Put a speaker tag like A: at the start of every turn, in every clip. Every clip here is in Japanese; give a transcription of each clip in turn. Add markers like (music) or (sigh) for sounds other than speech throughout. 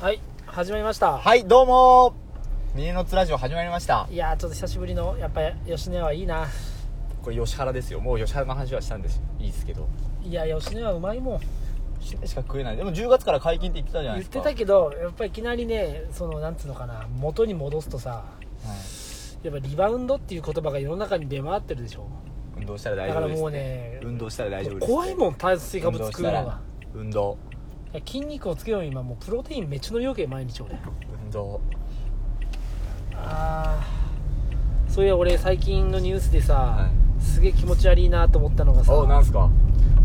A: はい始まりました、
B: はい、どうもミネノッツラジオ始まりました
A: い、やーちょっと久しぶりのやっぱ吉根はいいな
B: これ吉原ですよもう吉原の話はしたんですいいですけど
A: いや吉根はうまいもん
B: しか食えないでも10月から解禁って言ってたじゃない
A: 言っ
B: ですか
A: てたけどやっぱりいきなりねそのなんつうのかな元に戻すとさやっぱリバウンドっていう言葉が世の中に出回ってるでしょ
B: 運動したら大
A: だか
B: 丈
A: ら
B: 夫です
A: もうね
B: 運動したら大丈夫です
A: 怖いもん
B: ん
A: 炭水化物食うのが
B: 運動
A: いや筋肉をつけるのに今もうプロテインめっちゃの量け毎日俺
B: 運動
A: あーそういや俺最近のニュースでさ、
B: は
A: すげえ気持ち悪いなと思ったのがさ
B: おなんすか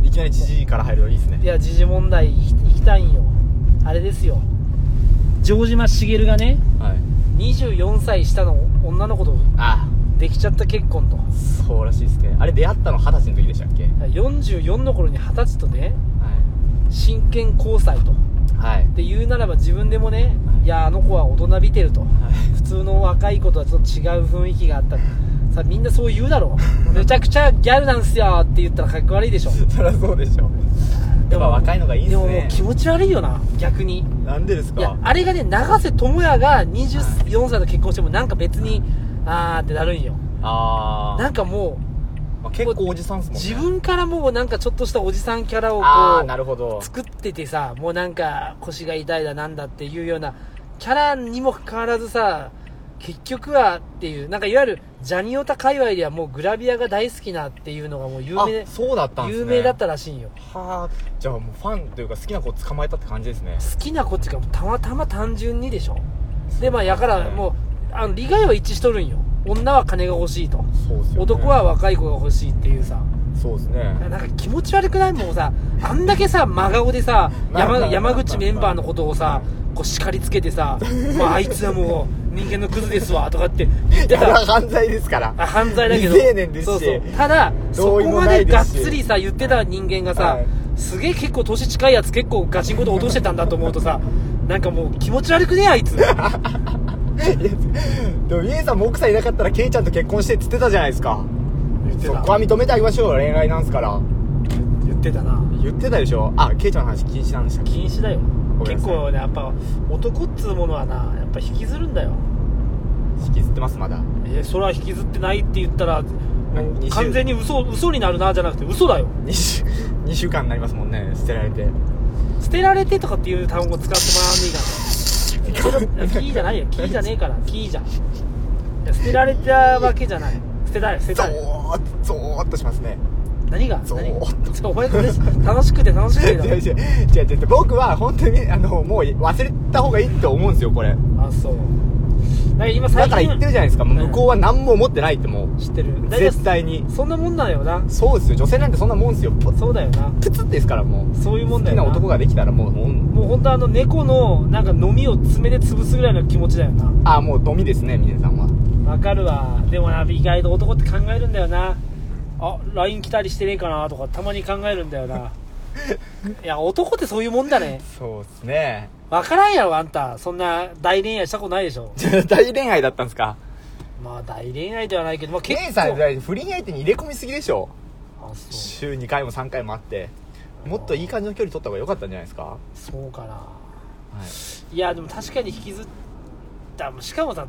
B: いきなり知事から入るのいいですね
A: いや時事問題いきいきたいんよあれですよ城島茂がね
B: はい
A: 24歳下の女の子と
B: あ
A: できちゃった結婚と
B: そうらしいですねあれ出会ったの二十歳の時でしたっけは
A: 44の頃に二十歳とね真剣交際と
B: いはい
A: で言うならば自分でもね
B: はい
A: いやあの子は大人びてると
B: はい
A: 普通の若い子とはちょっと違う雰囲気があったさみんなそう言うだろめちゃくちゃギャルなんすよって言ったらかっこ悪いでしょ
B: そりゃそうでしょやっぱ若いのがいいんすね
A: でももう気持ち悪いよな逆に
B: なんでです
A: いや
B: か
A: あれがね永瀬智也が24歳と結婚してもなんか別にあーってなるんよ
B: あ
A: な
B: あ
A: んかも
B: 結構おじさんっす
A: う
B: もんね
A: 自分からもうなんかちょっとしたおじさんキャラを
B: ああな
A: こ
B: るほど
A: う作っててさもうなんか腰が痛いだなんだっていうようなキャラにもかかわらずさ結局はっていうなんかいわゆるジャニオタ界隈ではもうグラビアが大好きなっていうのがもう有
B: あ
A: 名
B: そうだったんです
A: 有
B: ね
A: 名だったらしいんよ
B: はあじゃあもうファンというか好きな子を捕まえたって感じですね
A: 好きな子っていうかたまたま単純にでしょでまあやからもうあの利害は一致しとるんよ女は金が欲しいと
B: そうですよ、ね、
A: 男は若い子が欲しいっていうさ
B: そうですね
A: なんか気持ち悪くないもうさあんだけさ真顔でさ
B: まあまあ
A: 山
B: まあ
A: 山口メンバーのことをさこう叱りつけてさ「まあ、あいつはもう人間のクズですわ」とかって言って
B: いや
A: た
B: 犯罪ですから
A: あ犯罪だけど
B: 未成年ですし
A: そうそうただそ
B: 同意
A: こ
B: も
A: ま
B: な
A: で
B: い
A: がっ
B: ですし
A: つりさ言ってた人間がさ、
B: はい
A: すげえ結構年近いやつ結構ガチンコで落としてたんだと思うと
B: (laughs)
A: さなんかもう気持ち悪くねあいつ
B: いや (laughs) でもミエさんも奥さんいなかったらケイちゃんと結婚してっつってたじゃないですか
A: 言って
B: そ
A: た
B: こは認めてあげましょうよ恋愛なんすから
A: 言ってたな
B: 言ってたでしょあケイちゃんの話禁止なんでしたっけ
A: 禁止だよ
B: ごめんなさい
A: 結構ねやっぱ男っつうものはなやっぱ引きずるんだよ
B: 引きずってますまだ
A: えーそれは引きずってないって言ったらもう
B: 20
A: 完全に嘘嘘になるなじゃなくて嘘だよ
B: 2, 週2週間になりますもんね捨てられて
A: 捨てられてとかっていう単語使ってもらわんでいいからキーじゃないよキーじゃねえからキーじゃんいや捨てられたわけじゃない捨てたよ捨て
B: ゾ
A: たよ
B: ーッゾーッとしますね
A: 何が
B: ゾー
A: 何
B: ッ
A: がちょお前これ楽しくて楽しくて
B: 違う
A: だ
B: 違う違う違う僕は本当にあのもう忘れた方がいいって思うんですよこれ
A: あそうだから今最
B: だ
A: 近
B: から言ってるじゃないですか、もう
A: うん
B: 向こうは何も思ってないってもう
A: 知ってるだいたい
B: 絶対に
A: そんなもんなんよな
B: そうですよ女性なんてそんなもんですよプ
A: そうだよな
B: プツってですからもう
A: そういうもん
B: 好
A: だ
B: き
A: よ
B: な
A: な
B: 男ができたらもうもう
A: もう本当あの猫のなんか飲みを爪で潰すぐらいの気持ちだよな
B: ああもうドミですね峰さんは
A: わかるわでもな意外と男って考えるんだよなあ LINE 来たりしてねえかなとかたまに考えるんだよ
B: (laughs)
A: ないや男ってそういうもんだね
B: そうですね
A: わからんやろあんたそんな大恋愛したことないでしょ
B: 大恋愛だったんですか
A: まあ大恋愛ではないけど、まあ、結構
B: 姉さん不倫相手に入れ込みすぎでしょ
A: あそう
B: 週2回も3回もあってもっといい感じの距離取った方が良かったんじゃないですか、は、
A: そうかないいやでも確かに引きずったしかもさ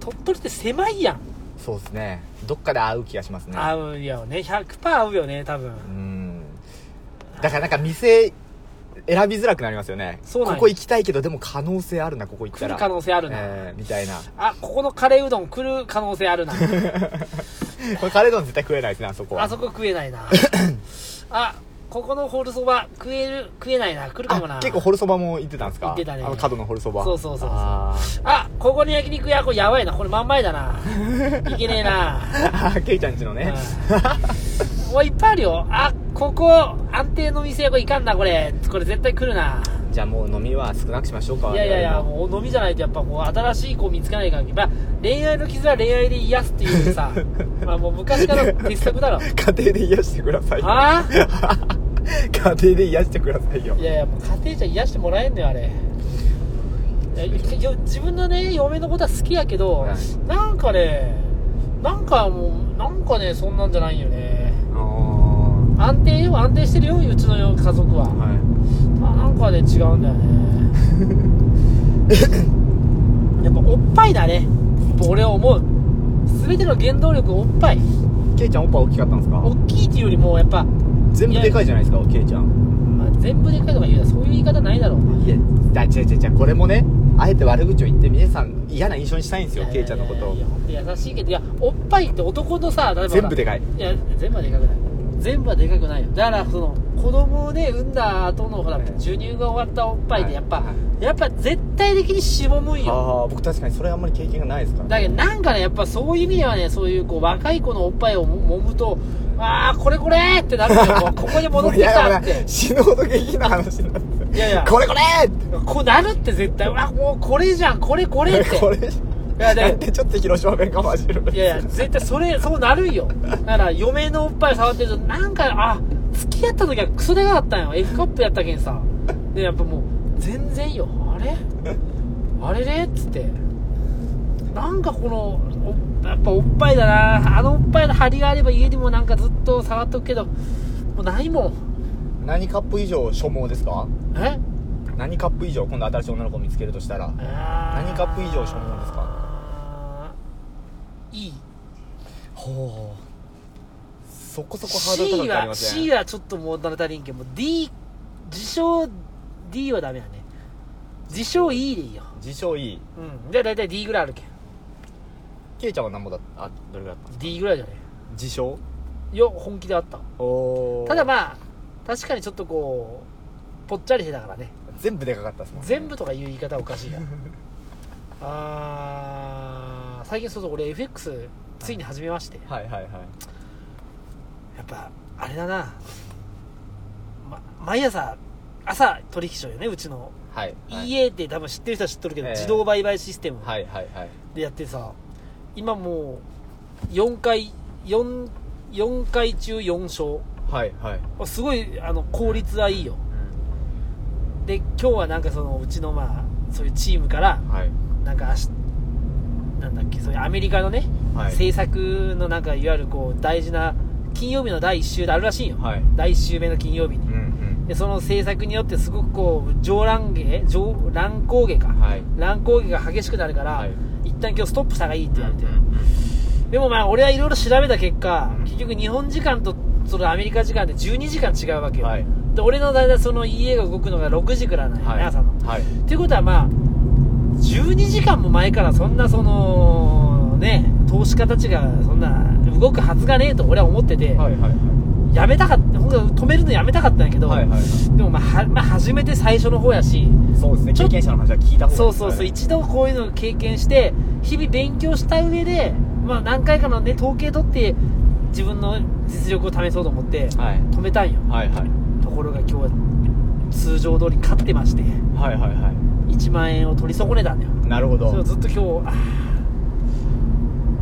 A: 鳥取って狭いやん、
B: そうですねどっかで会う気がしますね
A: 合うよね100%合うよね多分
B: うんだからなんか店選びづらくなりますよね
A: そうなんよ
B: ここ行きたいけどでも可能性あるなここ行った
A: 来
B: ら
A: る可能性あるな、
B: えーみたいな
A: あここのカレーうどん来る可能性あるな
B: これカレー丼絶対食えないですねあそこは
A: あそこ食えない
B: (laughs)
A: なあここのホールそば食える食えないな来るかもな
B: あ結構ホルそばも行ってたんですか
A: 行ってたね
B: あの角のホルそば
A: そうそうそうそう
B: あー
A: あここの焼肉屋これやばいなこれ真ん前だないけねえ
B: (laughs)
A: な
B: あーケイちゃんちのね、
A: おいいっぱいあるよあここ安定の店これいかんなこれこれ絶対来るな
B: じゃあもう飲みは少なくしましょうか
A: いやいやいや
B: 我々も
A: もう飲みじゃないとやっぱこう新しい子見つかないから、まあ、恋愛の傷は恋愛で癒すっていう
B: (laughs)
A: さまあもう昔からの鉄則だろ
B: 家庭で癒してくださいよ
A: ああ
B: (laughs) 家庭で癒してくださいよ
A: いやいやもう家庭じゃ癒してもらえんのよあれいやいや自分のね嫁のことは好きやけど、
B: はい
A: なんかねなんかもうなんかねそんなんじゃないよね
B: あー
A: 安定よ安定してるようちの家族は、
B: はい (laughs)
A: あなんかね違うんだよねやっぱおっぱいだねやっぱ俺は思う全ての原動力おっぱい
B: ケイちゃんおっぱい大きかったんですか
A: 大きいっていうよりもやっぱ、
B: 全部でかいじゃないですかケイちゃん
A: まあ、全部でかいとか言うなそういう言い方ないだろう
B: いやだ違う違う違うこれもねあえて悪口を言って皆さん嫌な印象にしたいんですよケイちゃんのことを
A: いやいやいやいやほんと優しいけどいやおっぱいって男のさ例えばほら
B: 全部でかい
A: いや全部はでかくない全部はでかくないよだからその子供で産んだ後のほら
B: はい
A: 授乳が終わったおっぱいっ
B: は
A: て
B: い
A: やっぱ、
B: は
A: やっぱ絶対的にしぼむんよ
B: ああ僕確かにそれあんまり経験がないですから
A: だけどなんかねやっぱそういう意味ではねそういうこう若い子のおっぱいをも揉むとああこれこれってなるよ
B: (laughs)
A: こうここに戻ってきたっ
B: もうやば
A: て
B: い死ぬほど激な話になってる
A: いやいや
B: これこれって
A: こうなるって絶対うわもうこれじゃんこれこれって
B: これ
A: やだよ
B: なんでちょっと広島弁かもしれない
A: いやいや絶対それそうなるんよだから嫁のおっぱい触ってるとなんかあ付き合った時はクソでかかったんよ F カップやったけんさでやっぱもう全然よあれあれれっつってなんかこのおやっぱおっぱいだなあのおっぱいの張りがあれば家にもなんかずっと触っとくけどもうないもん
B: 何カップ以上所望ですか
A: え
B: 何カップ以上今度新しい女の子見つけるとしたら
A: 何
B: 何カップ以上所望ですか
A: いい
B: ほうそこそこハードル
A: C
B: 高くありま
A: は
B: せん
A: C はちょっと物足りんけんもう D 自称 D はダメだね自称 E でいいよ
B: 自称いい
A: うんじゃあ大体 D ぐらいあるけん
B: ケイちゃんは何ぼだあどれぐらいだった
A: D ぐらいじゃね
B: 自称
A: よ本気であった
B: おー
A: ただまあ確かにちょっとこうぽっちゃりしてたからね
B: 全部でかかったっすもんね
A: 全部とかいう言い方はおかしいや (laughs) あー最近そうそう俺 FX ついに始めまして
B: はいはいはい
A: やっぱあれだな、ま、毎朝朝取引所よねうちの
B: はいはい
A: EA って多分知ってる人は知っとるけど、
B: ええ
A: 自動売買システム
B: はいはいはい
A: でやってさ今もう4回 4, 4回中4勝
B: はいはい、
A: あすごいあの効率はいいよで今日はなんかそのうちのまあそういうチームから
B: はい
A: なんか明日なんだっけそういうアメリカのね、
B: はい
A: 政策のなんかいわゆるこう大事な金曜日の第1週であるらしいんよ、
B: はい
A: 第1週目の金曜日に
B: うん
A: でその政策によってすごくこう上乱下上乱高下か、
B: うんはい
A: 乱高下が激しくなるから、
B: はい
A: 一旦今日ストップした方がいいって言われて、
B: うんうんうん
A: でもまあ俺はいろいろ調べた結果、
B: うん
A: 結局日本時間とそのアメリカ時間で12時間違うわけよ、
B: はい
A: で俺の大体その家が動くのが6時くらいなんやね、
B: はい
A: 朝の
B: はい
A: っていうことはまあ12時間も前からそんなそのね投資家たちがそんな動くはずがねえと俺は思ってて、
B: はいはい
A: やめたかった本当は止めるのやめたかったんやけど、
B: はいはいはい
A: でもまあは、まあ、初めて最初の方やし
B: そうですね
A: ちょ
B: 経験者の話は聞いた方がいいですからね
A: そうそうそう、一度こういうのを経験して、日々勉強した上で、まあ、何回かの、ね、統計取って、自分の実力を試そうと思って、
B: はい
A: 止めたんよ、
B: はいはい
A: ところが今日は通常通り勝ってまして、
B: はいはいは
A: 1万円を取り損ねたんだよ、
B: いなるほど
A: それをずっと今日あ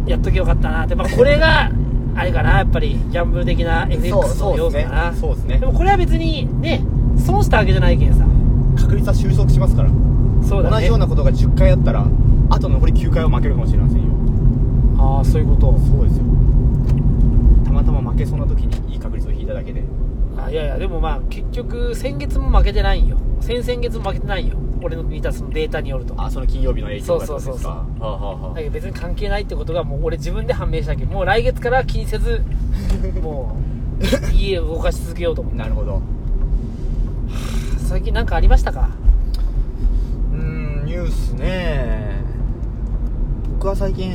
A: ーやっときゃよかったなって、まあ、これが (laughs) あれかな、やっぱりギャンブル的な FX の
B: そ
A: 要
B: う
A: 素
B: です
A: か
B: ね
A: な、
B: そうですね
A: でもこれは別にね、損したわけじゃないけんさ、
B: 確率は収束しますから
A: そうだね、
B: 同じようなことが10回あったらあと残り9回は負けるかもしれませんよ
A: ああ、そういうこと。
B: そうですよたまたま負けそうな時にいい確率を引いただけで
A: あいやいやでもまあ結局先月も負けてないんよ先々月も負けてないんよ俺の見たそのデータによるとだ
B: あその金曜日の影響だったんですか
A: そうそうそうそう
B: はあはあはあ
A: けど別に関係ないってことがもう俺自分で判明したけどもう来月からは気にせ
B: (laughs)
A: ずもう家を動かし続けようと思って
B: なるほど
A: 最近何かありましたか
B: うーんニュースね僕は最近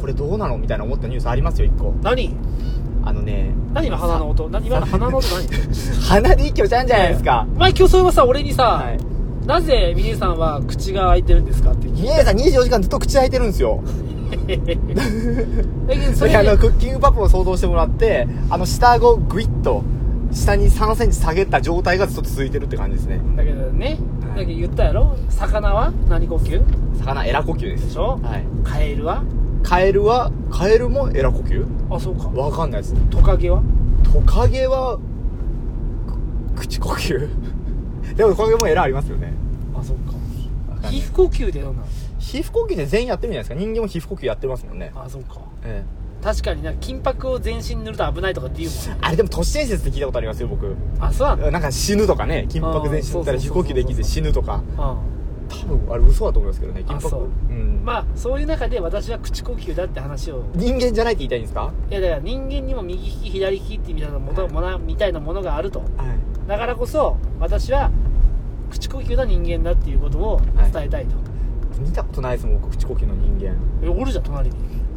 B: これどうなのみたいな思ったニュースありますよ1個
A: 何
B: あのね
A: 何今鼻の音何今の鼻の音何
B: (laughs) 鼻で息をしたんじゃないですか
A: 前今日そういえばさ俺にさ、
B: はい
A: なぜ峰さんは口が開いてるんですかって
B: 家さん24時間ずっと口開いてるんですよ
A: だけど
B: そ
A: そ
B: れ
A: れ
B: あのクッキングパップを想像してもらってあの下顎をグイッと下に3センチ下げた状態がずっと続いてるって感じですね
A: だけどね、
B: はい
A: だけど言ったやろ魚は何呼吸
B: 魚エラ呼吸です
A: でしょ
B: はい
A: カエルは
B: カエルはカエルもエラ呼吸
A: あそうか
B: わかんないです
A: トカゲは
B: トカゲはく口呼吸 (laughs) でもトカゲもエラありますよね
A: あそうか
B: わかんない
A: 皮膚呼吸でどんなの
B: 皮膚呼吸で全員やってるんじゃないですか人間も皮膚呼吸やってますもんね、
A: あそうか
B: え
A: 確かにな金箔を全身塗ると危ないとかって言うもん
B: え
A: ね
B: あれでも都市伝説って聞いたことありますよ僕
A: (laughs) あそうなの
B: なんか死ぬとかね金箔全身塗った
A: あー
B: ら飛
A: そうそうそうそう
B: 行機できず死ぬとか
A: う
B: 多分あれ嘘だと思いますけどね金
A: あ
B: 箔
A: そう
B: うん
A: まあそういう中で私は口呼吸だって話を
B: 人間じゃないって言いたいんですか
A: いやだから人間にも右利き左利きってみたいなものもなみたいなものがあると
B: はい
A: だからこそ私は口呼吸な人間だっていうことを伝えたいと、
B: 見たことないですもん僕口呼吸の人間
A: えおるじゃん隣に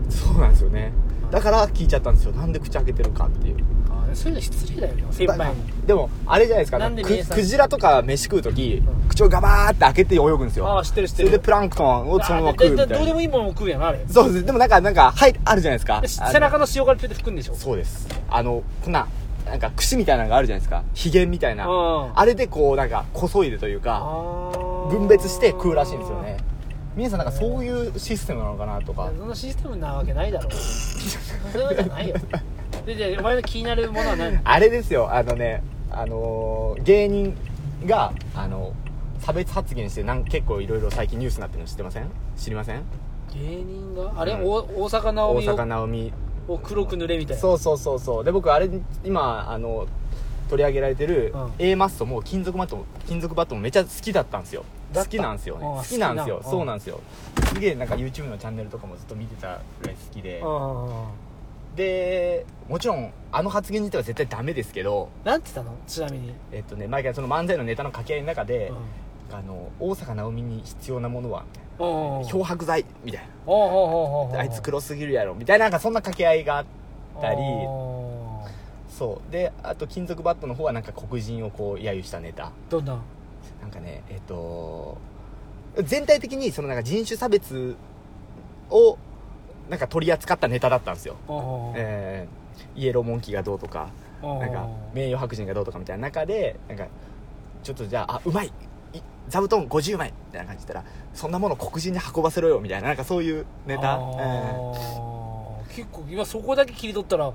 B: そうなんですよねだから聞いちゃったんですよなんで口開けてるかっていう
A: あーそういうの失礼だよね先
B: だ
A: 輩に
B: でもあれじゃないですか
A: なんで
B: く
A: 皆さん
B: クジラとか飯食う時、
A: うん
B: 口をガバーって開けて泳ぐんですよ
A: ああ知ってる知っ
B: そ
A: て
B: れ
A: る
B: でプランクトンをそのまま食うみた
A: あーででどう
B: い
A: で
B: な
A: もいいもんを食うやんあれ
B: そうですでもなんかなんかはいあるじゃないですか
A: で背中の塩からピュって吹くんでしょ
B: あのそうですあのこんななんか串みたいなのがあるじゃないですかヒゲみたいな
A: うん
B: あれでこうなんかこそいでというか
A: あー
B: 分別して食うらしいんですよね皆さんなんかそういうシステムなのかなと
A: いや
B: か
A: そんなシステムなわけないだろうそういうわけないよででお前の気になるものは何
B: あれですよあのねあのー芸人があの差別発言してなん結構いろいろ最近ニュースになってるの知ってません知りません
A: 芸人があれ、
B: うん
A: お大阪なお
B: 大
A: みを
B: 坂なおみ
A: を黒く濡れみたいな
B: そうそうそうそうで僕あれ今あの取り上げられてる
A: うん
B: A マッソも金属バットも金属バットもめっちゃ好きだったんですよ
A: だ
B: 好
A: った
B: きなんですよね
A: ああ
B: 好きなんですよ
A: 好きなの
B: そうなんですよすげえなんか YouTube のチャンネルとかもずっと見てたぐらい好きで
A: あ
B: でもちろんあの発言自体は絶対ダメですけど
A: ーなんて言ったのちなみに、
B: えっとね毎回その漫才のネタの掛け合いの中で、
A: うん
B: あの大坂なおみに必要なものはみたいな
A: おうおう
B: 漂白剤みたい
A: おうおうおうおう
B: なあいつ黒すぎるやろみたいななんかそんな掛け合いがあったり
A: おう
B: そうであと金属バットの方はなんか黒人をこう揶揄したネタ
A: どんな
B: なんかねえっと全体的にそのなんか人種差別をなんか取り扱ったネタだったんですよ、
A: おうおう
B: えーイエローモンキーがどうとか
A: おう
B: なんか名誉白人がどうとかみたいな中でなんかちょっとじゃああうまいい座布団50枚みたいな感じで言ったらそんなもの黒人に運ばせろよみたいななんかそういうネタ、
A: あー結構今そこだけ切り取ったら
B: う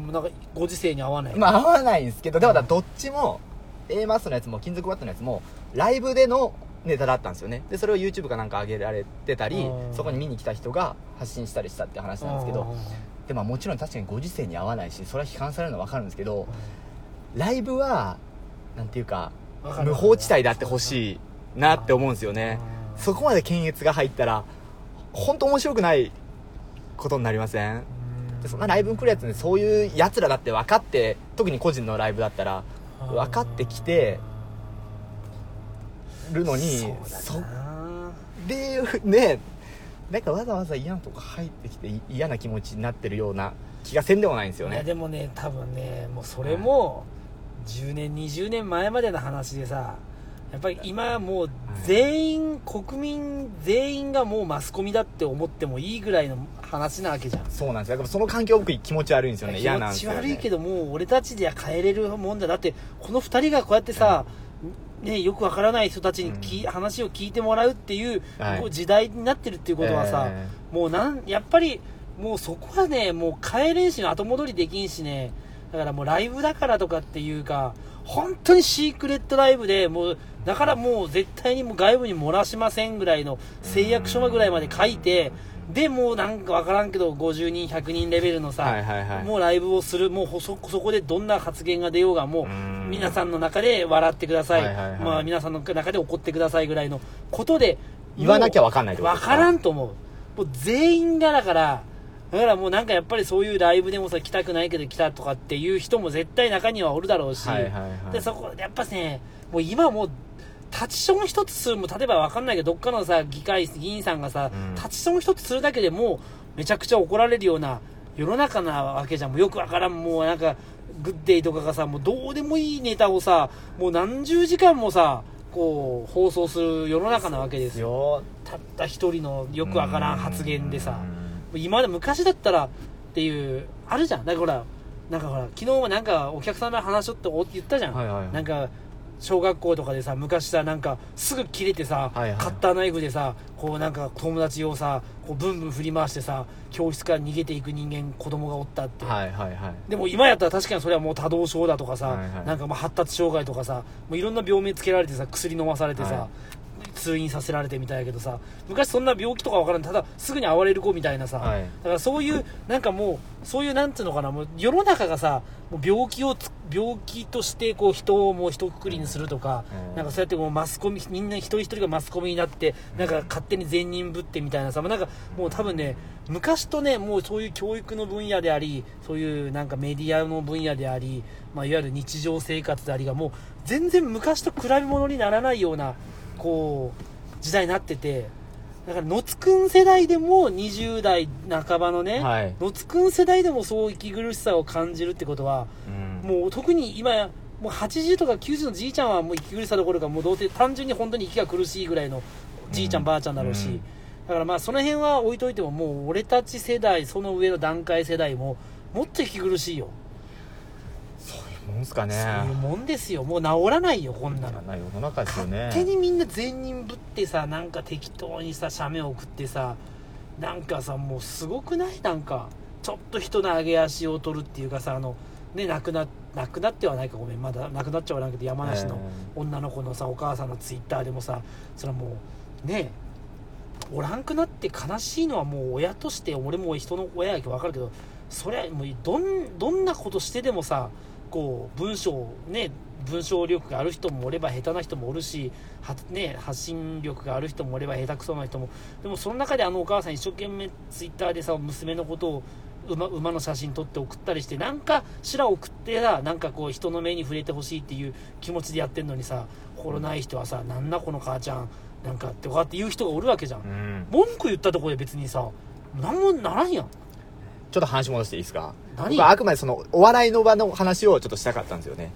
B: ん
A: なんかご時世に合わない、
B: うん、まあ合わないんですけどでもだからどっちも A マストのやつも金属バットのやつもライブでのネタだったんですよねでそれを YouTube かなんか上げられてたり
A: うん
B: そこに見に来た人が発信したりしたって話なんですけどでももちろん確かにご時世に合わないしそれは批判されるのは分かるんですけどライブはなんていうか無法地帯であってほ
A: い
B: しいなって思うんですよねそこまで検閲が入ったら本当面白くないことになりませんでそんなライブに来るやつねそういうやつらだって分かって特に個人のライブだったら分かってきてるのに
A: そうだな
B: でねなんかわざわざ嫌なとこ入ってきてい嫌な気持ちになってるような気がせんでもないんですよ
A: いや
B: ね
A: でもね多分ねもうそれも10年20年前までの話でさやっぱり今もう全員、国民全員がもうマスコミだって思ってもいいぐらいの話なわけじゃん
B: そうなんですよだからその環境僕気持ち悪いんですよね
A: いや
B: 嫌なんで
A: 気持
B: す
A: ち
B: よ、ね、
A: 悪いけどもう俺たちでは変えれるもんだだってこの2人がこうやってさ、ね、よくわからない人たちにき、話を聞いてもらうっていう、
B: はい
A: こう時代になってるっていうことはさ、
B: え
A: もうなんやっぱりもうそこはねもう帰れんし後戻りできんしねだからもうライブだからとかっていうか本当にシークレットライブでもうだからもう絶対にもう外部に漏らしませんぐらいの誓約書ぐらいまで書いてでもうなんかわからんけど50人100人レベルのさ、
B: はいはいはい
A: もうライブをするもうほそそこでどんな発言が出ようがもう
B: うん
A: 皆さんの中で笑ってください,、
B: はいはいはい
A: まあ、皆さんの中で怒ってくださいぐらいのことで
B: 言わなきゃわかんないってこと
A: わ
B: ですか
A: からんと思うもう全員がだからだからもうなんかやっぱりそういうライブでもさ来たくないけど来たとかっていう人も絶対中にはおるだろうし、
B: はいはいはい
A: でそこやっぱねもう今もう立ちション一つするも例えばわかんないけどどっかのさ議会議員さんがさ、
B: うん
A: 立ちション一つするだけでもうめちゃくちゃ怒られるような世の中なわけじゃんもうよくわからんもうなんかグッデイとかがさもうどうでもいいネタをさもう何十時間もさこう放送する世の中なわけですよ
B: よ
A: たった一人のよくわからん発言でさ
B: うん
A: 今まで昔だったらっていうあるじゃんだからほらなんかほら昨日もなんかお客さんの話しとってお言ったじゃん、
B: はいはいはい
A: なんか小学校とかでさ昔さなんかすぐ切れてさ、
B: はいはい
A: カッターナイフでさこうなんか友達をさこうブンブン振り回してさ教室から逃げていく人間子供がおったって、
B: はいはいはい
A: でも今やったら確かにそれはもう多動症だとかさ、
B: はいはい
A: なんかまあ発達障害とかさもういろんな病名つけられてさ薬飲まされてさ、通院させられてみたいやけどさ昔そんな病気とかわからんただすぐに暴れる子みたいなさ、
B: はい
A: だからそういうなんかもうそういうなんていうのかなもう世の中がさもう病気をつ病気としてこう人をもう一括りにするとか、
B: うん
A: なんかそうやってもうマスコミみんな一人一人がマスコミになってなんか勝手に善人ぶってみたいなさもうなんかもう多分ね昔とねもうそういう教育の分野でありそういうなんかメディアの分野であり、まあ、いわゆる日常生活でありがもう全然昔と比べ物にならないようなこう時代になっててだから野津くん世代でも20代半ばのね、
B: はい
A: 野津くん世代でもそう息苦しさを感じるってことは
B: うん
A: もう特に今やもう80とか90のじいちゃんはもう息苦しさどころかもうどうせ単純に本当に息が苦しいぐらいのじいちゃん、
B: うん
A: ばあちゃんだろうし、
B: うん
A: だからまあその辺は置いといてももう俺たち世代その上の段階世代ももっと息苦しいよ、
B: もんすかね
A: そういうもんですよもう治らないよこんなの
B: いや世の中ですよね
A: 勝手にみんな善人ぶってさなんか適当にさ写メ送ってさなんかさもうすごくないなんかちょっと人の上げ足を取るっていうかさあのね亡くな亡くなってはないかごめんまだ亡くなっちゃわないけど山梨の女の子のさお母さんのツイッターでもさそれはもうねおらんくなって悲しいのはもう親として俺も人の親やけど分かるけどそれはもうどんどんなことしてでもさこう文章ね文章力がある人もおれば下手な人もおるしは、ね、発信力がある人もおれば下手くそな人もでもその中であのお母さん一生懸命ツイッターでさ娘のことを馬馬の写真撮って送ったりしてなんかしら送ってさなんかこう人の目に触れてほしいっていう気持ちでやってんのにさ心ない人はさ「なんだこの母ちゃん」なんかってこうやって言う人がおるわけじゃん
B: うんうん
A: 文句言ったところで別にさ何もならんやん
B: ちょっと話戻していいですか
A: 何
B: 僕はあくまでそのお笑いの場の話をちょっとしたかったんですよね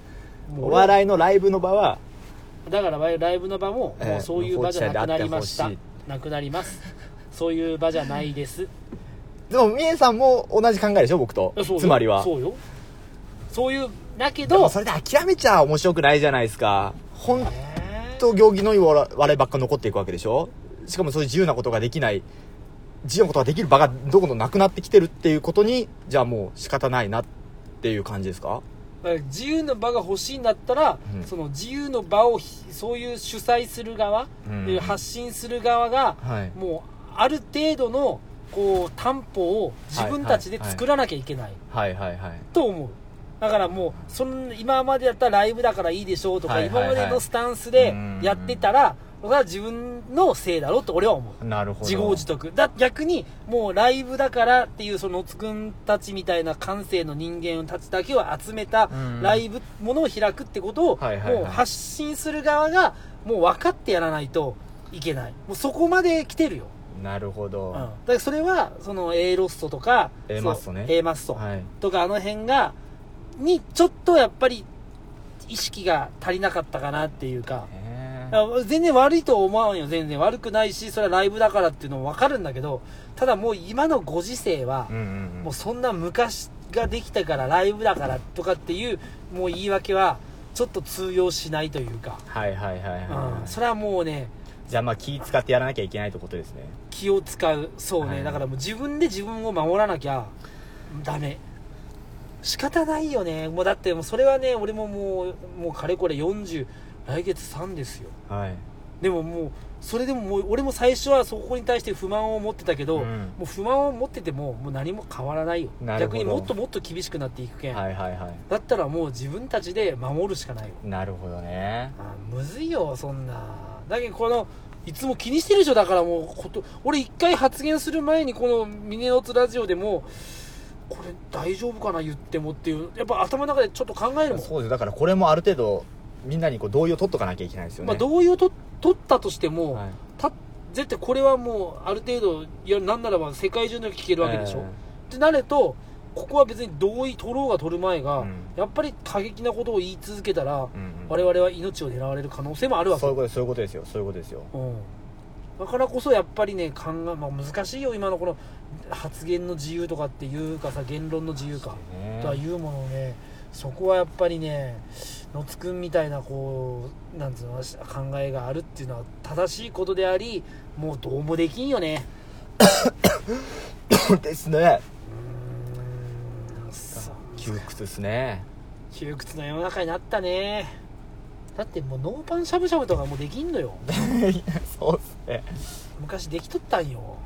B: お
A: い
B: 笑いのライブの場は
A: だからライブの場も
B: ええ
A: もうそういう場じゃなくなりました
B: 放置地帯であって
A: なくなりますそういう場じゃないですい
B: でもみえさんも同 (laughs) じ考えでしょ僕と
A: やそうよ
B: つまりは
A: そうよそういうだけ
B: でも
A: ど
B: それで諦めちゃ面白くないじゃないですか本当行儀のいい笑いばっか残っていくわけでしょしかもそういう自由なことができない自由なことができる場がどこどんなくなってきてるっていうことにじゃあもう仕方ないなっていう感じですか
A: だから自由の場が欲しいんだったら、
B: うん
A: その自由の場をひそういう主催する側、
B: うん
A: 発信する側が、
B: はい
A: もうある程度のこう担保を自分たちで作らなきゃいけない
B: はいはいはい
A: と思うだからもうその今までやったらライブだからいいでしょうとか、
B: はいはいはい
A: 今までのスタンスでやってたら僕は自分のせいだろうと俺は思う
B: なるほ
A: 自業自得だ逆にもうライブだからっていうそのつくんたちみたいな感性の人間たちだけを集めた
B: うん
A: ライブものを開くってことを
B: はいはいは
A: も
B: い
A: う発信する側がもう分かってやらないといけないもうそこまで来てるよ、
B: なるほ
A: う
B: ど
A: ん、だからそれはその A ロストとか
B: A マストね
A: そう A マスト
B: はい
A: とかあの辺がにちょっとやっぱり意識が足りなかったかなっていうか、
B: へー
A: あ全然悪いとは思わんよ全然悪くないしそれはライブだからっていうのも分かるんだけどただもう今のご時世は
B: うんうん
A: も
B: う
A: うんそんな昔ができたからライブだからとかっていうもう言い訳はちょっと通用しないというか、
B: はいはいはいはいは
A: うん、
B: い
A: それはもうね
B: じゃあまあ気使ってやらなきゃいけないってことですね
A: 気を使うそうね、
B: はい
A: だからもう自分で自分を守らなきゃダメ仕方ないよねもうだってもうそれはね俺ももうもうかれこれ40来月3ですよ
B: はい
A: でももうそれでももう俺も最初はそこに対して不満を持ってたけど、
B: うん
A: もう不満を持っててももう何も変わらないよ
B: なるほ
A: 逆
B: ど
A: にもっともっと厳しくなっていくけん、
B: はいはいはい
A: だったらもう自分たちで守るしかないよ
B: なるほどね
A: あーむずいよそんなだけどこのいつも気にしてるでしょだからもうこと俺一回発言する前にこの「ミネオツラジオ」でもこれ大丈夫かな言ってもっていうやっぱ頭の中でちょっと考えるもん、
B: そうですだからこれもある程度みんなにこう同意を取っとかなきゃいけないですよね
A: まあ同意をと取ったとしても、
B: はい
A: た絶対これはもうある程度いやなんならば世界中の人聞けるわけでしょ、
B: え
A: ってなるとここは別に同意取ろうが取る前が、
B: うん
A: やっぱり過激なことを言い続けたら、
B: えうんうん
A: 我々は命を狙われる可能性もあるわけ
B: そういうことそういうことですよそういうことですよ
A: うん、だからこそやっぱりね考え、まあ、難しいよ今のこの発言の自由とかっていうかさ言論の自由か
B: ね
A: とはいうものねそこはやっぱりね野津くんみたいなこうなんつうの考えがあるっていうのは正しいことでありもうどうもできんよね
B: (laughs) ですね
A: うーんそう
B: 窮屈ですね
A: 窮屈な世の中になったねだってもうノーパンしゃぶしゃぶとかもうできんのよ
B: (laughs) そうっすね
A: 昔できとったんよ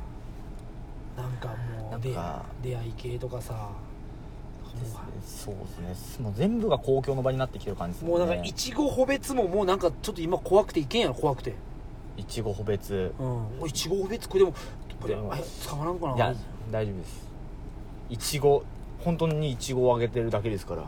A: なんかも
B: な
A: うんで
B: か
A: 出会い系とかさも
B: そうですねもう全部が公共の場になってきてる感じで
A: う
B: すも
A: も
B: ん
A: う
B: ね
A: なんかいちご個別ももうなんかちょっと今怖くていけんやろ怖くて
B: いちご個別
A: うんいちご個別これでもこれ
B: でも
A: あれ捕まらんかない
B: や大丈夫ですいちご本当にいちごをあげてるだけですから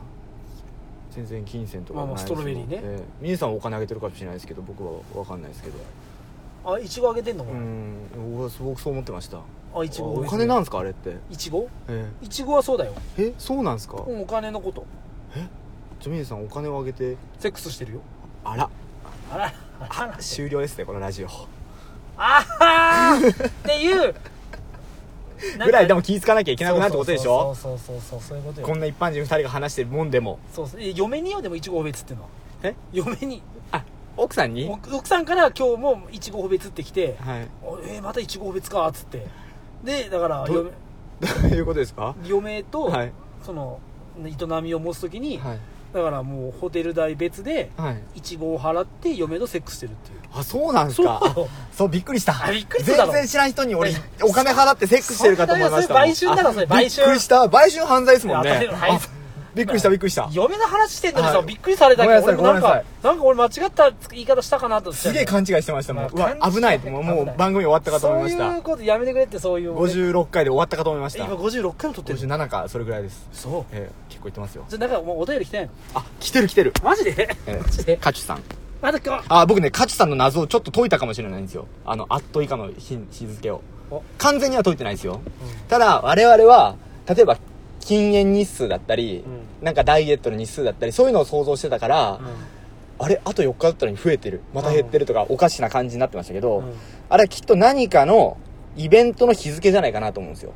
B: 全然金銭とか
A: まあまあ
B: ないで
A: ス
B: す
A: トロベリーね
B: ええ皆さんはお金あげてるかもしれないですけど僕は分かんないですけど
A: あいちごあげてんの、
B: うん僕は僕そう思ってました
A: あいちご
B: お金なんですかあれって
A: いちご
B: え
A: いちごはそうだよ、
B: ええそうなんですか
A: うん、お金のこと
B: じゃあ皆さんお金をあげて
A: セックスしてるよ
B: あら
A: あらあら
B: 終了ですねこのラジオ
A: あはーっていう
B: ぐらいで
A: も
B: も気ぃつかなきゃいけなくなるってことでしょ
A: そうそうそうそうそうそういうことよ
B: こんな一般人2人が話してるもんでも
A: そうそうえ嫁によでもいちご個別っていうのは
B: え
A: 嫁に
B: あ奥さんに
A: お奥さんから今日もいちご個別ってきて
B: はい
A: 「おえー、またいちご個別か」っつってでだから
B: ど
A: 嫁
B: どういうことですか
A: 嫁と、
B: はい
A: その営みを持つ時に、
B: はい
A: だからもうホテル代別で
B: はい
A: いちごを払って嫁とセックスしてるっていう
B: あそうなんです
A: そう
B: かそうびっくりした
A: あびっくりしただろ
B: 全然知らん人に俺
A: え
B: お金払ってセックスしてるかと思いましたもん
A: それ買春だろそれ
B: あ
A: 買春
B: びっくりした買春犯罪ですもん
A: いや当たり
B: ね
A: 前
B: あびっくりしたびっくりした
A: 嫁の話してんのにさ、
B: はい
A: びっくりされたけど
B: ごめんなさい
A: 俺もなん
B: ごめんな
A: かなんか俺間違った言い方したかなと思って
B: すげえ勘違いしてましたもんう
A: まあ
B: わ危ない
A: 勘違い
B: もう
A: 勘違
B: も
A: いう
B: 番組終わったかと思いまし
A: そういう
B: た
A: ことやめてくれってそういう俺
B: 56回で終わったかと思いました
A: 今56回も撮ってるの
B: 57かそれぐらいです
A: そう
B: ええ結構いってますよ
A: じゃあなんかもうお便り来てないの
B: あ来てる来てる
A: マジで、
B: ええ
A: マジで
B: カチュさん
A: まだ今日
B: あ僕ねカチュさんの謎をちょっと解いたかもしれないんですよあのあっと以下の日日付を
A: お
B: 完全には解いてないですよただ我々は例えば禁煙日数だったり、
A: う
B: なんかダイエットの日数だったりそういうのを想像してたから、あれあと4日だったのに増えてるまた減ってるとか、おかしな感じになってましたけど、
A: うんうん
B: あれはきっと何かのイベントの日付じゃないかなと思うんですよ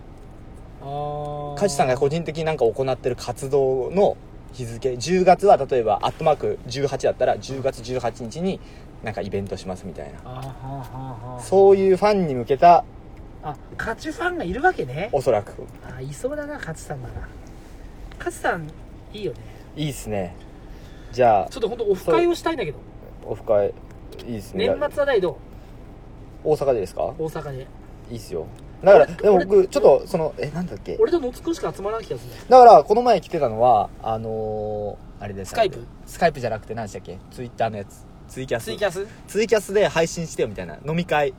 A: あ
B: 梶さんが個人的になんか行ってる活動の日付10月は例えばアットマーク18だったら10月18日になんかイベントしますみたいな
A: あーはんはんはん
B: そういうファンに向けた
A: あカチュファンがいるわけね
B: おそらく
A: あいそうだなカチさんだなカチさんいいよね
B: いいっすねじゃあ
A: ちょっと本当オフ会をしたいんだけど
B: オフ会いいっすね
A: 年末はないど
B: 大阪でですか
A: う大阪で
B: いいっすよだからでも
A: 俺
B: 僕ちょっとそのえなんだっけ
A: 俺と野津くんしか集まらなきゃする
B: だからこの前来てたのはあのー、あれです
A: スカイプ
B: スカイプじゃなくて何でしたっけツイッターのやつツイキャス
A: ツイキャス
B: ツイキャスで配信してよみたいな飲み会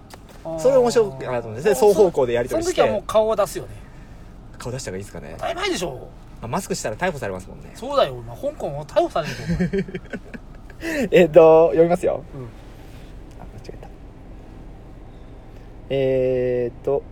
B: それ面白いかなと思うんですね双方向でやり取りし
A: そ
B: て
A: の時はもう顔を出すよね
B: 顔出した方がいいですかね
A: 当たり前でしょ
B: あマスクしたら逮捕されますもんね
A: そうだよお前香港を逮捕されるぞお前
B: えっと読みますよ
A: うん
B: あ間違えたえー、っと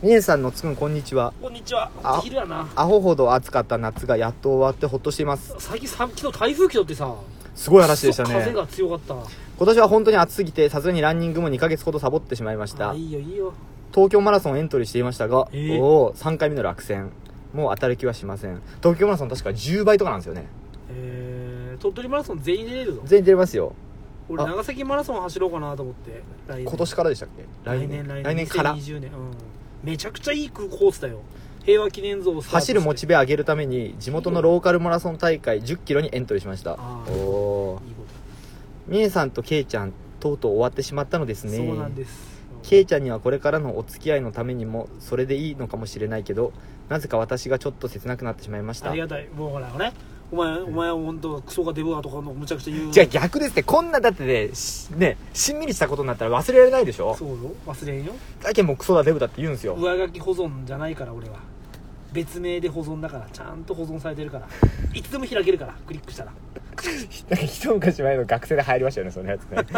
B: みえさんのつくんこんにちは
A: こんにちは
B: あ
A: 昼やな
B: アホほど暑かった夏がやっと終わってほっとしています
A: 最近さ昨日台風来とってさ
B: すごい話でした
A: くそ
B: ね
A: 風が強かった
B: 今年は本当に暑すぎてさすがにランニングも2ヶ月ほどサボってしまいました
A: あいいよいいよ
B: 東京マラソンエントリーしていましたが、
A: えー
B: おお3回目の落選もう当たる気はしません東京マラソン確か10倍とかなんですよね
A: えー、鳥取マラソン全員出れるぞ
B: 全員出れますよ
A: 俺
B: あ
A: 長崎マラソン走ろうかなと思って来年
B: 今年からでしたっけ
A: 来年来年
B: 来年から
A: 2020年、うん、めちゃくちゃいいコースだよ平和記念像をスタートして
B: 走るモチベを上げるために地元のローカルマラソン大会1 0キロにエントリーしました
A: あー
B: おお
A: いいこと
B: みえさんとけいちゃんとうとう終わってしまったのですね
A: そうなんです
B: けいちゃんにはこれからのお付き合いのためにもそれでいいのかもしれないけどなぜか私がちょっと切なくなってしまいまし
A: あ
B: た
A: り
B: じ
A: がたいもうほらねお前お前は本当クソがデブがとかのむちゃくちゃ言う
B: ゃあ逆ですってこんなだってねしねしんみりしたことになったら忘れられないでしょ
A: そうよ忘れんよ
B: だけんもうクソだデブだって言うんですよ
A: 上書き保存じゃないから俺は別名で保存だからちゃんと保存されてる
B: (laughs)
A: からいつでも開けるからクリックしたら
B: なんか一昔前の学生で入りましたよねそのやつね (laughs)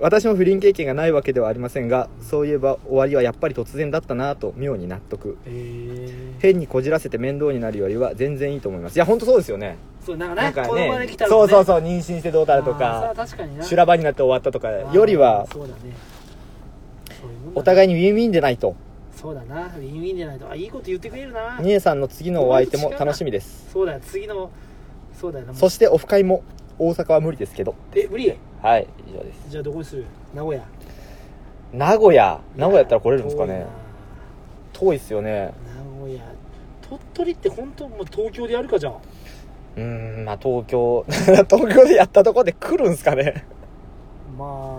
B: 私も不倫経験がないわけではありませんがそういえば終わりはやっぱり突然だったなぁと妙に納得
A: へえ
B: 変にこじらせて面倒になるよりは全然いいと思いますいや本当そうですよね
A: そうなんか
B: な
A: ね
B: んか
A: 子供が
B: ね
A: できたら、ね、
B: そうそう
A: う
B: そう妊娠してどうだろうと
A: あー
B: か
A: それは確かにな
B: 修羅場になって終わったとか
A: あー
B: よりは
A: そうだねそういうもんだ
B: お互いにウィンウィンでないと
A: そうだなウィンウィンじゃないとあいいこと言ってくれるな
B: みえさんの次のお相手も楽しみです
A: そうだよ次のそうだよな
B: そしてオフ会も大阪は無理ですけど
A: え無理
B: はい以上です
A: じゃあどこにする名古屋
B: 名古屋名古屋やったら来れるんですかね遠いっすよね
A: 遠いな名古屋鳥取って本当もう東京でやるかじゃあ
B: うーん、まあ東京、 (laughs) 東京でやったとこで来るんすかね。
A: まあ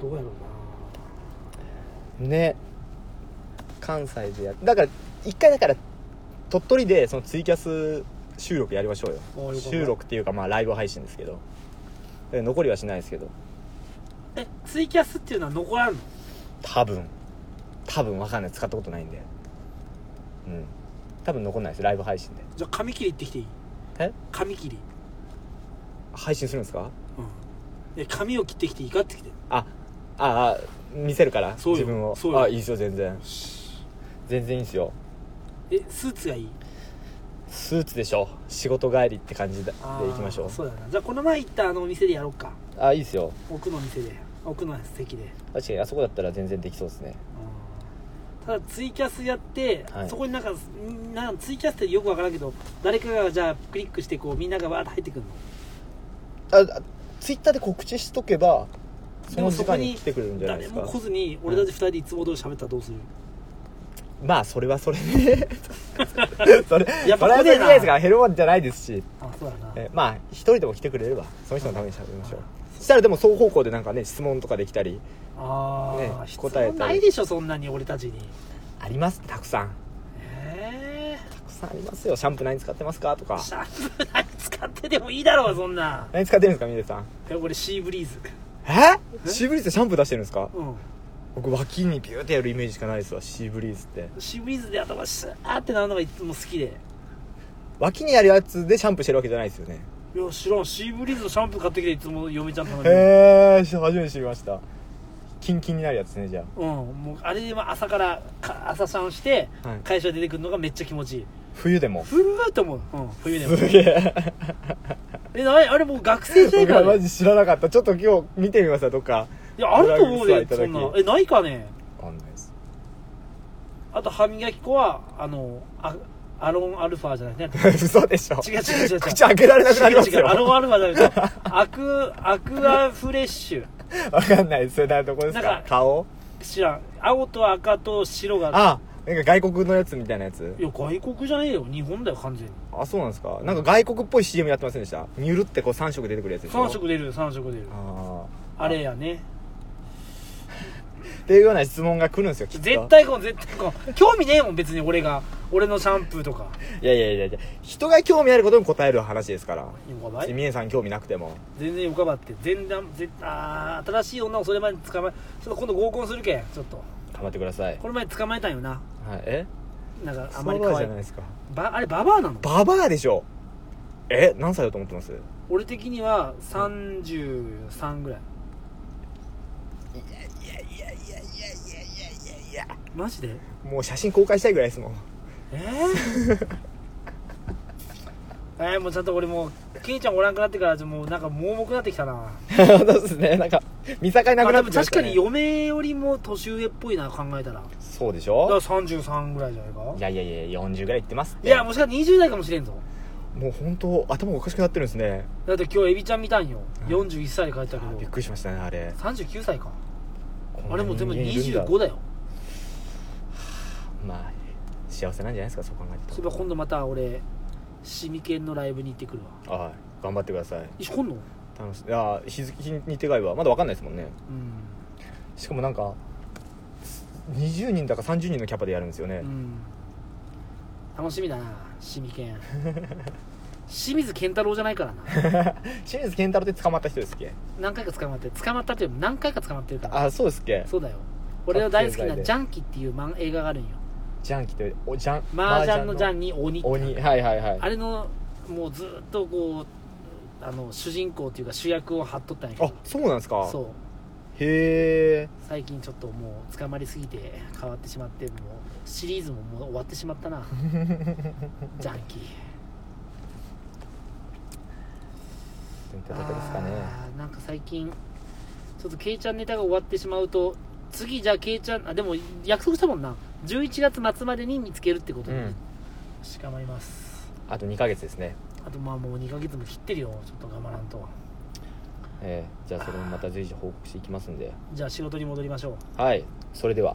A: どうやろうな
B: ね。関西でやっだから、一回だから、鳥取でそのツイキャス収録やりましょうよ。
A: ああよかった
B: 収録っていうかまあライブ配信ですけど。で残りはしないですけど。
A: えツイキャスっていうのは残らんの
B: 多分。多分わかんない。使ったことないんで。うん。多分残んないです。ライブ配信で。
A: じゃあ髪切り行ってきていい
B: え
A: 髪切り
B: 配信するんですか
A: うんえ髪を切ってきていいかってきて
B: あ、ああ、見せるから。
A: そうよ
B: 自分を。
A: そうよ
B: あ、いいですよ、全然。全然いいですよ。
A: えスーツがいい
B: スーツでしょ仕事帰りって感じでで
A: あー
B: 行きましょう
A: そうだなじゃあこの前行ったあのお店でやろうか
B: あいいですよ
A: 奥のお店で奥の席で、
B: 確かにあそこだったら全然できそうですね
A: うんただツイキャスやって、
B: はい
A: そこになんかんなんかツイキャスってよくわからんけど誰かがじゃあクリックしてこうみんながわーって入ってくるの
B: あツイッターで告知しとけばそ
A: で
B: の
A: も
B: 時
A: そこ
B: 間に
A: に
B: 来てくれるんじゃないで
A: 誰
B: すか
A: も来ずに俺たち二人でいつも通り喋ったらどうする、
B: まあそれはそれで (laughs) それ
A: やっぱ
B: それは
A: 来ねえ
B: それ
A: な
B: でですが減るもんじゃないですし
A: あそうだな
B: えまあ一人でも来てくれればその人のために喋りましょうそしたらでも双方向でなんかね質問とかできたり
A: ああ、
B: ね
A: 質
B: 答えた
A: 問
B: り
A: ないでしょそんなに俺たちに
B: ありますたくさん
A: ええ
B: たくさんありますよシャンプー何使ってますかとか
A: シャンプー何使ってでもいいだろうそんな
B: 何使ってるんですかみでさん
A: え俺シーブリーズ
B: えシーブリーズでシャンプー出してるんですか
A: うん
B: 僕脇にビューってやるイメージしかないですわシーブリーズって
A: シーブリーズで頭シャーってなるのがいつも好きで
B: 脇にやるやつでシャンプーしてるわけじゃないですよね
A: いや知らんシーブリーズのシャンプー買ってきていつも嫁ちゃん頼んで
B: へえ初めて知りましたキンキンになるやつねじゃ
A: うんもうあれでまあ朝からか朝シャンして
B: あ、はい、
A: 会社出てくるのがめっちゃ気持ちいい
B: 冬
A: (laughs)
B: でも
A: 冬だと思う、うん、冬でも
B: すげえ
A: えあれあれもう学生時代か
B: 僕 (laughs) は
A: ら、
B: マ
A: ね、
B: ジ知らなかったちょっと今日見てみますわどっか
A: いやあると思う
B: 裏
A: で
B: 口
A: そ
B: はい
A: ん
B: ただき
A: なえないかね
B: わかんないです (laughs)
A: あと歯磨き粉はあのあアロンアルファじゃなくて
B: 嘘でしょ
A: 違う違う違う違う
B: 口開けられなくなります
A: 違う違う
B: よ
A: アロンアルファじゃなくてアクアクアフレッシュ
B: わかんないですそれだどこですか
A: なんか
B: 顔
A: 知らん青と赤と白が
B: あなんか外国のやつみたいなやつ
A: いや外国じゃねえよ日本だよ完全に
B: あそうなんですかなんか外国っぽい CM やってませんでしたニュルってこう3色出てくるやつでしょ
A: 3色出る3色出る
B: あ
A: あれやね
B: あっていうような質問が来るんですよきっと
A: 絶対こう絶対こう興味ねえもん別に俺が俺のシャンプーとか
B: いやいやいやいや人が興味あることに答える話ですから
A: 横ばい
B: みえさん興味なくても
A: 全然横ばって全然絶あー新しい女をそれまで捕まえちょっと今度合コンするけんちょっと
B: 頑張ってください、
A: この前捕まえたんよな
B: はい、え
A: なんかあ
B: あ
A: ま
B: ま
A: り
B: り
A: 可
B: じ
A: 愛い
B: ゃないですか
A: ばあれババアなの
B: ババアでしょえ何歳だと思ってますい
A: 俺的には33ぐらい
B: やいやいやいやいやいやいや
A: マジで
B: もう写真公開したいぐらいですもん
A: えー (laughs) えー、もうちゃんと俺もうケイちゃんおらんくなってからもうなんか盲目になってきたな
B: そうですねなんか見境なく
A: まあ
B: な
A: で
B: っ
A: も
B: てきま
A: 確
B: し
A: か
B: た
A: に
B: ね
A: 嫁よりも年上っぽいな考えたらだか
B: そうでし
A: ら
B: ょ
A: 33ぐらいじゃないか
B: いやいやいや40ぐらいいってますって
A: いやもしかしたら20代かもしれんぞ
B: もう本当頭おかしくなってるんですね
A: だって今日エビちゃん見たんよ41歳で帰ったけ
B: びっ
A: ど
B: くりしましたねあれ
A: 39歳かあれもう全
B: 全
A: 部
B: 部
A: 25だよ
B: まあ幸せなんじゃないですかそう考えてたら
A: そういえば今度また俺シミケンのライブに行ってくるわ
B: はい、頑張ってください。
A: 一緒来んの
B: 楽しいや日付日に手がいはまだわかんないですもんね。
A: うん
B: しかもなんか20人だか30人のキャパでやるんですよね
A: う。ん楽しみだなシミケ
B: (laughs)
A: ン清水健太郎じゃないからな
B: 清水健太郎って捕まった人ですっけ？
A: 何回か捕まって捕まったっていうより何回か捕まってるから
B: あ、そうですっけ？
A: そうだよ俺の大好き
B: 覚醒剤
A: な「
B: で
A: ジャンキ」っていう漫映画があるんよ
B: ジャンキっておジャン
A: 麻雀のジャ
B: ン
A: ンに鬼って
B: 鬼はいはいはい。
A: あれのもうずっとこうあの主人公っていうか主役を張っとったんやけ
B: あ
A: ど、
B: そうなんですか。
A: そう
B: へえ。
A: 最近ちょっともう捕まりすぎて変わってしまってもうシリーズももう終わってしまった
B: (laughs)
A: なジャンキー
B: といったとこですかね。
A: あーなんか最近ちょっとケイちゃんネタが終わってしまうと次じゃあケイちゃんあでも約束したもんな11月末までに見つけるってこと
B: う
A: で、
B: ん。
A: しかまります
B: あと2ヶ月ですね。
A: あとまあもう2ヶ月も切ってるよちょっと我慢らんと
B: えー、じゃあそれもまた随時報告していきますんで。
A: じゃあ仕事に戻りましょう
B: はい。それでは。